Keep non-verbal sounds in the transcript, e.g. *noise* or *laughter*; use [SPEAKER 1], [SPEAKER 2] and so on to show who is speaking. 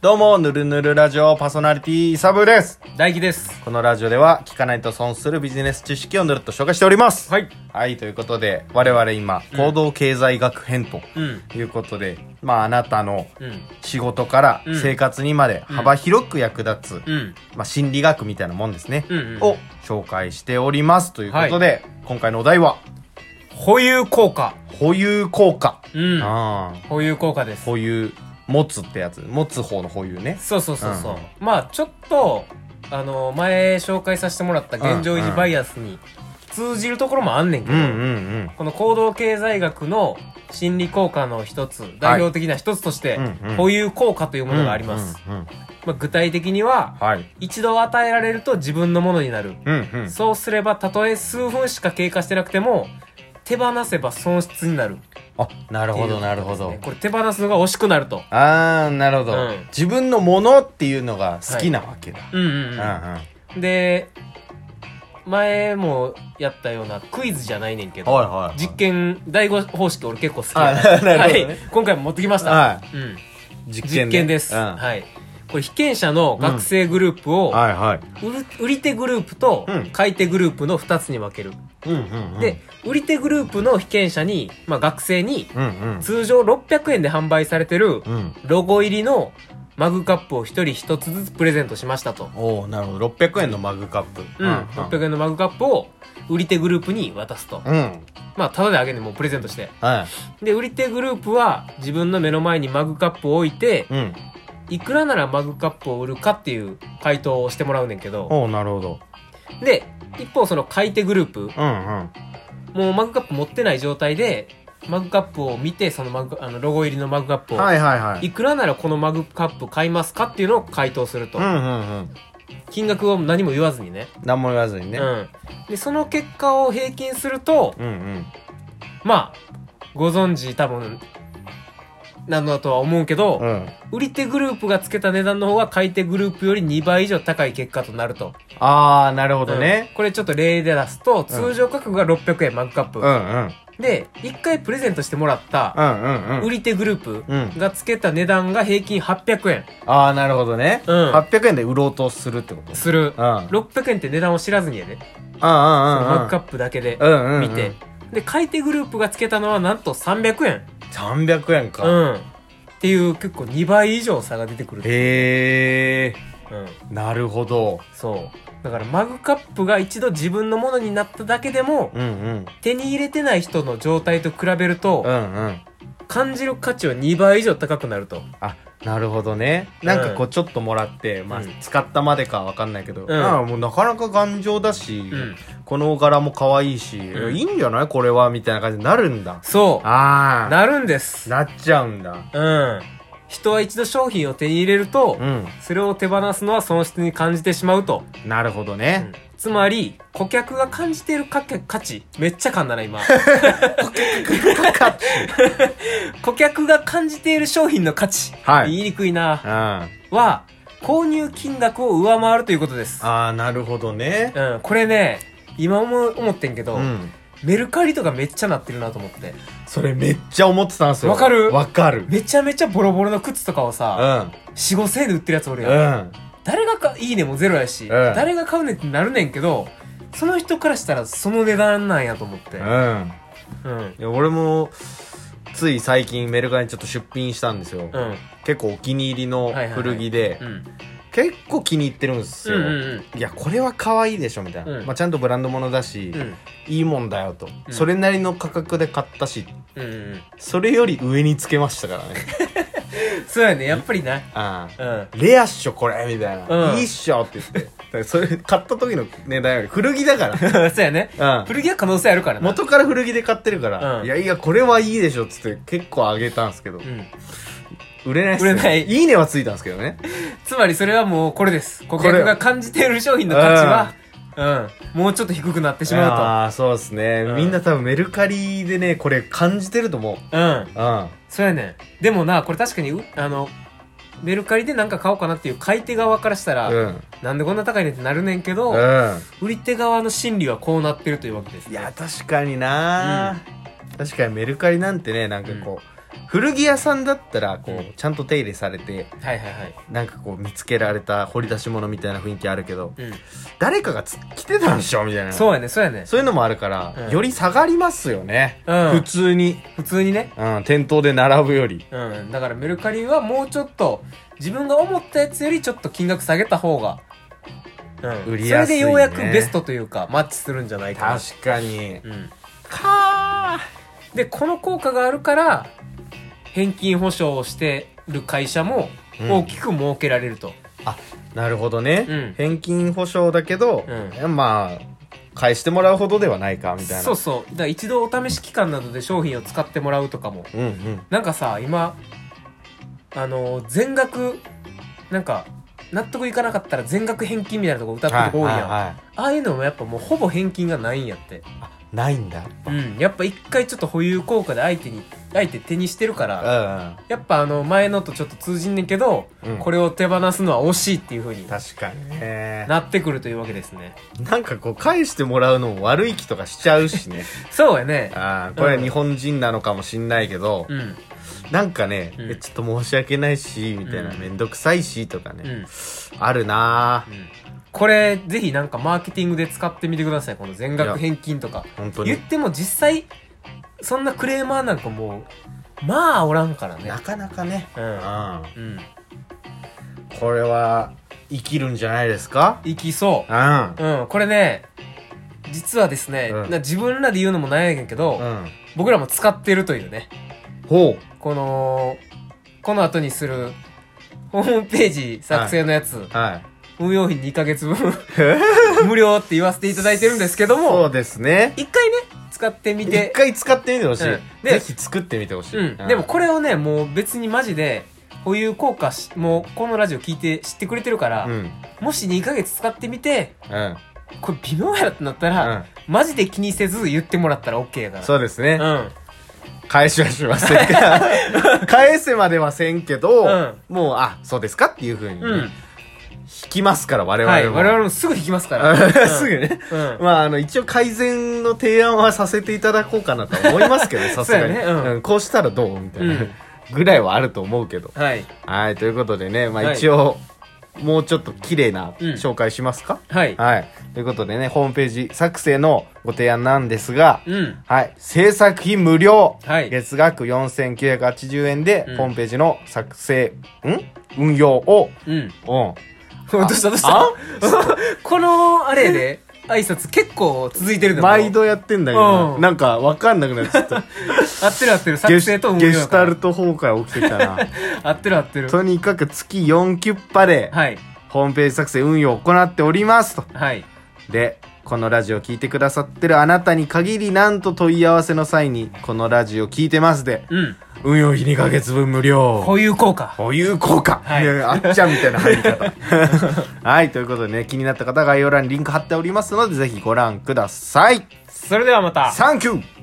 [SPEAKER 1] どうも、ぬるぬるラジオパーソナリティサブです。
[SPEAKER 2] 大輝です
[SPEAKER 1] このラジオでは聞かないと損するビジネス知識をぬるっと紹介しております。
[SPEAKER 2] はい
[SPEAKER 1] はい、ということで、我々今、行動経済学編と
[SPEAKER 2] うん
[SPEAKER 1] いうことで、まあ、あなたの
[SPEAKER 2] うん
[SPEAKER 1] 仕事から
[SPEAKER 2] うん
[SPEAKER 1] 生活にまで幅広く役立つ、
[SPEAKER 2] うん
[SPEAKER 1] まあ、心理学みたいなもんですね、
[SPEAKER 2] うんうん
[SPEAKER 1] を紹介しております。ということで、今回のお題は、
[SPEAKER 2] 保有効果
[SPEAKER 1] 保有効果。
[SPEAKER 2] うん
[SPEAKER 1] あー
[SPEAKER 2] 保有効果です
[SPEAKER 1] 保有、持つってやつ。持つ方の保有ね。
[SPEAKER 2] そうそうそうそう、
[SPEAKER 1] うん
[SPEAKER 2] まあちょっとあの前紹介させてもらった現状維持バイアスに通じるところもあんねんけ
[SPEAKER 1] うん
[SPEAKER 2] ど、
[SPEAKER 1] うんうん。
[SPEAKER 2] この行動経済学の心理効果の一つ代表的な一つとして、
[SPEAKER 1] うんうん
[SPEAKER 2] 保有効果というものがあります、
[SPEAKER 1] うんうんうん
[SPEAKER 2] まあ、具体的には
[SPEAKER 1] はい。
[SPEAKER 2] 一度与えられると自分のものになる、
[SPEAKER 1] うんうん。
[SPEAKER 2] そうすればたとえ数分しか経過してなくても手放せば損失になる
[SPEAKER 1] あ、なる
[SPEAKER 2] ってい
[SPEAKER 1] ほ
[SPEAKER 2] う
[SPEAKER 1] ど、なるほ
[SPEAKER 2] こと
[SPEAKER 1] ど
[SPEAKER 2] ですね。これ手放すのが惜しくなると。
[SPEAKER 1] あー、なるほど
[SPEAKER 2] うん。
[SPEAKER 1] 自分のものっていうのが好きなわけだ。
[SPEAKER 2] うん
[SPEAKER 1] う
[SPEAKER 2] うん
[SPEAKER 1] う。
[SPEAKER 2] んうんん。で、前もやったようなクイズじゃないねんけど、
[SPEAKER 1] はいはいはい
[SPEAKER 2] 実験、第5方式俺結構好きや
[SPEAKER 1] あなるほどね
[SPEAKER 2] はい。今回も持ってきました。
[SPEAKER 1] は
[SPEAKER 2] うん、
[SPEAKER 1] 実
[SPEAKER 2] 実験です、
[SPEAKER 1] うん
[SPEAKER 2] はい。これ被験者の学生グループを、
[SPEAKER 1] はいはい。
[SPEAKER 2] 売る売り手グループと
[SPEAKER 1] うん
[SPEAKER 2] 買い手グループの2つに分ける、
[SPEAKER 1] うんうんうん。
[SPEAKER 2] で、売り手グループの被験者に、まあ、学生に
[SPEAKER 1] うんうん。
[SPEAKER 2] 通常600円で販売されてる
[SPEAKER 1] うん。
[SPEAKER 2] ロゴ入りのマグカップを一人一つずつプレゼントしましたと。
[SPEAKER 1] おー、なるほど。600円のマグカップ。
[SPEAKER 2] うん。600円のマグカップを売り手グループに渡すと。
[SPEAKER 1] 円。うん。
[SPEAKER 2] まあ、ただであげんねんもうプレゼントして。
[SPEAKER 1] は
[SPEAKER 2] で、売り手グループは自分の目の前にマグカップを置いて
[SPEAKER 1] い。、うん。
[SPEAKER 2] いくらならマグカップを売るかっていう回答をしてもらうねんけど。
[SPEAKER 1] おー、なるほど。
[SPEAKER 2] で、一方その買い手グループ、
[SPEAKER 1] うんうん。
[SPEAKER 2] もうマグカップ持ってない状態で、マグカップを見て、そのマグ、あの、ロゴ入りのマグカップを、
[SPEAKER 1] はいはいはい。
[SPEAKER 2] いくらならこのマグカップ買いますかっていうのを回答すると
[SPEAKER 1] う。んうんうん。
[SPEAKER 2] 金額を何も言わずにね。
[SPEAKER 1] 何も言わずにね。
[SPEAKER 2] うん、でその結果を平均すると
[SPEAKER 1] うんうん。
[SPEAKER 2] まあご存知多分なのだとは思うけど、
[SPEAKER 1] うん。
[SPEAKER 2] 売り手グループがつけた値段の方が買い手グループより2倍以上高い結果となると、
[SPEAKER 1] あー、なるほど
[SPEAKER 2] う
[SPEAKER 1] ね
[SPEAKER 2] ん。これちょっと例で出すと通常価格が600円マグカップ、
[SPEAKER 1] うんうん。
[SPEAKER 2] で1回プレゼントしてもらっ
[SPEAKER 1] う
[SPEAKER 2] た
[SPEAKER 1] んうんう
[SPEAKER 2] 売
[SPEAKER 1] ん。
[SPEAKER 2] り手グルー
[SPEAKER 1] うん
[SPEAKER 2] プがつけた値段が平均800円
[SPEAKER 1] あー、なるほどね。
[SPEAKER 2] うん
[SPEAKER 1] 800円で売ろうとするってこと
[SPEAKER 2] する、
[SPEAKER 1] うん
[SPEAKER 2] 600円って値段を知らずにやで、そのマ
[SPEAKER 1] マ
[SPEAKER 2] グカップだけで
[SPEAKER 1] うんうんうん
[SPEAKER 2] 見て、で買い手グループがつけたのはなんと300円
[SPEAKER 1] 300円か、
[SPEAKER 2] うん。っていう結構2倍以上差が出てくる。
[SPEAKER 1] へえ
[SPEAKER 2] うん。
[SPEAKER 1] なるほど
[SPEAKER 2] そう。だからマグカップが一度自分のものになっただけでも、
[SPEAKER 1] うんうん
[SPEAKER 2] 手に入れてない人の状態と比べる
[SPEAKER 1] う
[SPEAKER 2] と、
[SPEAKER 1] んうん
[SPEAKER 2] 感じる価値は2倍以上高くなると。
[SPEAKER 1] あなるほどねなんかこ
[SPEAKER 2] う
[SPEAKER 1] うちょっともらって、まあ
[SPEAKER 2] うん
[SPEAKER 1] 使ったまでかわかんないけど、
[SPEAKER 2] ん
[SPEAKER 1] ああもうなかなか頑丈だし、
[SPEAKER 2] ん
[SPEAKER 1] この柄も可愛いし、
[SPEAKER 2] うん
[SPEAKER 1] いいんじゃないこれはみたいな感じになるんだ
[SPEAKER 2] そう。
[SPEAKER 1] ああ
[SPEAKER 2] なるんです。
[SPEAKER 1] なっちゃうんだ
[SPEAKER 2] うん。人は一度商品を手に入れると、
[SPEAKER 1] うん
[SPEAKER 2] それを手放すのは損失に感じてしまうと。
[SPEAKER 1] なるほど
[SPEAKER 2] う
[SPEAKER 1] ね
[SPEAKER 2] ん、つまり、顧客が感じている価価値、めっちゃ噛んだな、今。
[SPEAKER 1] 価値
[SPEAKER 2] 顧客が感じている商品の価値。
[SPEAKER 1] はい
[SPEAKER 2] 言いにくいな
[SPEAKER 1] うん。あ
[SPEAKER 2] は、購入金額を上回るということです。
[SPEAKER 1] あなるほどね
[SPEAKER 2] うん、これね、今も思ってんけど、
[SPEAKER 1] うん
[SPEAKER 2] メルカリとかめっちゃなってるなと思って。
[SPEAKER 1] それめっちゃ思ってたんすよ
[SPEAKER 2] わかる
[SPEAKER 1] わかる
[SPEAKER 2] めちゃめちゃボロボロの靴とかをさ、
[SPEAKER 1] う
[SPEAKER 2] 4、5千円で売ってるやつおる
[SPEAKER 1] ん
[SPEAKER 2] やん。
[SPEAKER 1] うん
[SPEAKER 2] 誰がか、いいねもゼロやし、
[SPEAKER 1] ん
[SPEAKER 2] 誰が買うねんってなるねんけど、その人からしたらその値段なんやと思って。
[SPEAKER 1] うん
[SPEAKER 2] うん。
[SPEAKER 1] いや俺もつい最近メルカリにちょっと出品したんですよ、
[SPEAKER 2] うん。
[SPEAKER 1] 結構お気に入りの
[SPEAKER 2] はいはいはい
[SPEAKER 1] 古着で、
[SPEAKER 2] うん。
[SPEAKER 1] 結構気に入ってるんです
[SPEAKER 2] うん
[SPEAKER 1] よ、
[SPEAKER 2] うんうん。
[SPEAKER 1] いやこれは可愛いでしょみたいな、
[SPEAKER 2] うん
[SPEAKER 1] まあ、ちゃんとブランド物だし、
[SPEAKER 2] うん。
[SPEAKER 1] いいもんだよと、
[SPEAKER 2] うん
[SPEAKER 1] それなりの価格で買ったし
[SPEAKER 2] うんうん
[SPEAKER 1] それより上につけましたからね
[SPEAKER 2] *laughs* うん。そうやね、やっぱりな。
[SPEAKER 1] ああ
[SPEAKER 2] うん。
[SPEAKER 1] レアっしょこれみたいな、
[SPEAKER 2] うん
[SPEAKER 1] いいっしょって言ってだからそれ買った時の値段より古着だか
[SPEAKER 2] そうやね。
[SPEAKER 1] ら、うん、
[SPEAKER 2] *laughs* 古着は可能性あるからな。
[SPEAKER 1] 元から古着で買ってるから、
[SPEAKER 2] うん
[SPEAKER 1] いやいや、これはいいでしょっつって結構上げたんですけど、
[SPEAKER 2] うん。
[SPEAKER 1] 売れないっすね
[SPEAKER 2] 売れない
[SPEAKER 1] いいねはついたんですけどね。
[SPEAKER 2] つまりそれはもうこれです。顧
[SPEAKER 1] これ
[SPEAKER 2] 客が感じている商品の価値は、うん、もうちょっと低くなってしまう
[SPEAKER 1] ああ、そうですね、
[SPEAKER 2] うん
[SPEAKER 1] みんな多分メルカリでね、これ感じてると思う。
[SPEAKER 2] と。うん。
[SPEAKER 1] うん。
[SPEAKER 2] そうやねん。でもな、これ確かに、うあの、メルカリでなんか買おうかなっていう買い手側からしたら、
[SPEAKER 1] うん。
[SPEAKER 2] なんでこんな高いねんってなるねんけど、
[SPEAKER 1] うん。
[SPEAKER 2] 売り手側の心理はこうなってるというわけです、
[SPEAKER 1] い
[SPEAKER 2] ね。
[SPEAKER 1] や、確かにな、確かにメルカリなんてね、なんかこう、古着屋さんだったらこう、
[SPEAKER 2] うん
[SPEAKER 1] ちゃんと手入れされて
[SPEAKER 2] はいはいはい
[SPEAKER 1] なんかこう見つけられた掘り出し物みたいな雰囲気あるけど
[SPEAKER 2] うん
[SPEAKER 1] 誰かがつ着てたんでしょみたいな
[SPEAKER 2] そうやねそうやね
[SPEAKER 1] そういうのもあるから、
[SPEAKER 2] うん
[SPEAKER 1] より下がりますよね、
[SPEAKER 2] うん
[SPEAKER 1] 普通に、
[SPEAKER 2] 普通にね
[SPEAKER 1] うん、店頭で並ぶより
[SPEAKER 2] うんだからメルカリはもうちょっと自分が思ったやつよりちょっと金額下げた方がうん
[SPEAKER 1] 売りやすいね
[SPEAKER 2] それでようやくベストというかマッチするんじゃないかな
[SPEAKER 1] 確かに
[SPEAKER 2] うん
[SPEAKER 1] か
[SPEAKER 2] でこの効果があるから返金保証をしてる会社も
[SPEAKER 1] うん
[SPEAKER 2] 大きく設けられると、
[SPEAKER 1] ーなるほどね、
[SPEAKER 2] うん
[SPEAKER 1] 返金保証だけど、
[SPEAKER 2] う
[SPEAKER 1] まあ返してもらうほどではないかみたいな
[SPEAKER 2] そうそうだから一度お試し期間などで商品を使ってもらうとかも
[SPEAKER 1] うんうん
[SPEAKER 2] なんかさ今あの全額なんか納得いかなかったら全額返金みたいなとこ歌ってるとこ多いやん、
[SPEAKER 1] はいはいは
[SPEAKER 2] ああいうのもやっぱもうほぼ返金がないんやって
[SPEAKER 1] いないんだ
[SPEAKER 2] うんやっぱ一回ちょっと保有効果で相手に相手手にしてるから
[SPEAKER 1] う
[SPEAKER 2] やっぱあの前のとちょっと通じんねんけど、
[SPEAKER 1] うん
[SPEAKER 2] これを手放すのは惜しいっていう風に
[SPEAKER 1] ん確かにね
[SPEAKER 2] なってくるというわけですね。
[SPEAKER 1] なんかこう返してもらうのも悪い気とかしちゃうし
[SPEAKER 2] *laughs*
[SPEAKER 1] ね
[SPEAKER 2] そうやね。
[SPEAKER 1] あーこれは日本人なのかもしんないけど、
[SPEAKER 2] うん。
[SPEAKER 1] なんかね、
[SPEAKER 2] うん
[SPEAKER 1] えちょっと申し訳ないしみたいな、
[SPEAKER 2] うん
[SPEAKER 1] めんどくさいしとか
[SPEAKER 2] うん。う
[SPEAKER 1] ね、
[SPEAKER 2] ん。
[SPEAKER 1] あるなぁ
[SPEAKER 2] これ、ぜひなんかマーケティングで使ってみてください。この全額返金とか。
[SPEAKER 1] 本当
[SPEAKER 2] 言っ
[SPEAKER 1] に
[SPEAKER 2] ても実際、そんなクレーマーなんかもう、まあおらんからね
[SPEAKER 1] な。かなかね
[SPEAKER 2] うん。
[SPEAKER 1] う
[SPEAKER 2] うん。
[SPEAKER 1] んこれは生きるんじゃないですか
[SPEAKER 2] いきそ
[SPEAKER 1] うん
[SPEAKER 2] う。うん。これね、実はですね、
[SPEAKER 1] うん
[SPEAKER 2] な自分らで言うのもないんやけど、
[SPEAKER 1] うん
[SPEAKER 2] 僕らも使ってるというね。
[SPEAKER 1] ほ
[SPEAKER 2] この、この後にする、ホームページ作成のやつ、
[SPEAKER 1] うはい
[SPEAKER 2] 運用費2ヶ月分、 *laughs* 無料って言わせていただいてるんですけども、
[SPEAKER 1] そうですね
[SPEAKER 2] 一回ね、使ってみ
[SPEAKER 1] 一
[SPEAKER 2] て、
[SPEAKER 1] 回使ってみてほしい、
[SPEAKER 2] うんで
[SPEAKER 1] ぜひ作ってみてほしい、
[SPEAKER 2] うん。でもこれをね、もう別にマジで、保有効果し、もうこのラジオ聞いて知ってくれてるから、
[SPEAKER 1] うんうん
[SPEAKER 2] もし2ヶ月使ってみて、
[SPEAKER 1] うん、
[SPEAKER 2] これ微妙やってなったら、マジで気にせず言ってもらったら OK やから。
[SPEAKER 1] そうですね、
[SPEAKER 2] うん。
[SPEAKER 1] 返しはしませ
[SPEAKER 2] *laughs*
[SPEAKER 1] んから返せまではせんけど、
[SPEAKER 2] うん
[SPEAKER 1] もうあそうですかっていうふうにね、
[SPEAKER 2] うん。
[SPEAKER 1] 引きますから我々も、
[SPEAKER 2] はい。我々もすぐ引きますから。
[SPEAKER 1] *laughs* すぐね、
[SPEAKER 2] うん。うん。
[SPEAKER 1] まあ、あの、一応改善の提案はさせていただこうかなとは思いますけど、さすがに、
[SPEAKER 2] *laughs* そうやねうん
[SPEAKER 1] うんこうしたらどうみたいな、
[SPEAKER 2] うん
[SPEAKER 1] ぐらいはあると思うけど。
[SPEAKER 2] はい。
[SPEAKER 1] はい、ということでね、ま
[SPEAKER 2] は
[SPEAKER 1] あ
[SPEAKER 2] い
[SPEAKER 1] 一応、もうちょっと綺麗な
[SPEAKER 2] うん
[SPEAKER 1] 紹介しますか、
[SPEAKER 2] はい。
[SPEAKER 1] はい。ということでね、ホームページ作成のご提案なんですが、
[SPEAKER 2] うん。
[SPEAKER 1] はい。制作費無料。
[SPEAKER 2] はい
[SPEAKER 1] 月額4980円で、
[SPEAKER 2] うん
[SPEAKER 1] ホームページの作成、ん運用を、
[SPEAKER 2] うん。 *laughs*
[SPEAKER 1] うん。
[SPEAKER 2] どうしたどうした
[SPEAKER 1] あ
[SPEAKER 2] この、あれやで、挨拶結構続いてるの
[SPEAKER 1] 毎度やってんだけど、
[SPEAKER 2] うん
[SPEAKER 1] なんかわかんなくなっちゃった。
[SPEAKER 2] 合ってる合ってる。
[SPEAKER 1] ゲ
[SPEAKER 2] 作
[SPEAKER 1] シ
[SPEAKER 2] 成と運
[SPEAKER 1] ゲ
[SPEAKER 2] 用
[SPEAKER 1] シュタルト崩壊起きてきたな。
[SPEAKER 2] *laughs* 合ってる合ってる。
[SPEAKER 1] とにかく月4キュッパで、
[SPEAKER 2] はい。
[SPEAKER 1] ホームページ作成運用を行っておりますと。
[SPEAKER 2] はい。
[SPEAKER 1] で、このラジオを聞いてくださってるあなたに限り、なんと問い合わせの際に、このラジオ聞いてますで、
[SPEAKER 2] うん。
[SPEAKER 1] 運用費2ヶ月分無料。
[SPEAKER 2] 保有効果。
[SPEAKER 1] 保有効果、
[SPEAKER 2] はい
[SPEAKER 1] いやいやあっちゃんみたいな入り方 *laughs* はいということでね気になった方概要欄にリンク貼っておりますのでぜひご覧ください
[SPEAKER 2] それではまた。
[SPEAKER 1] サンキュー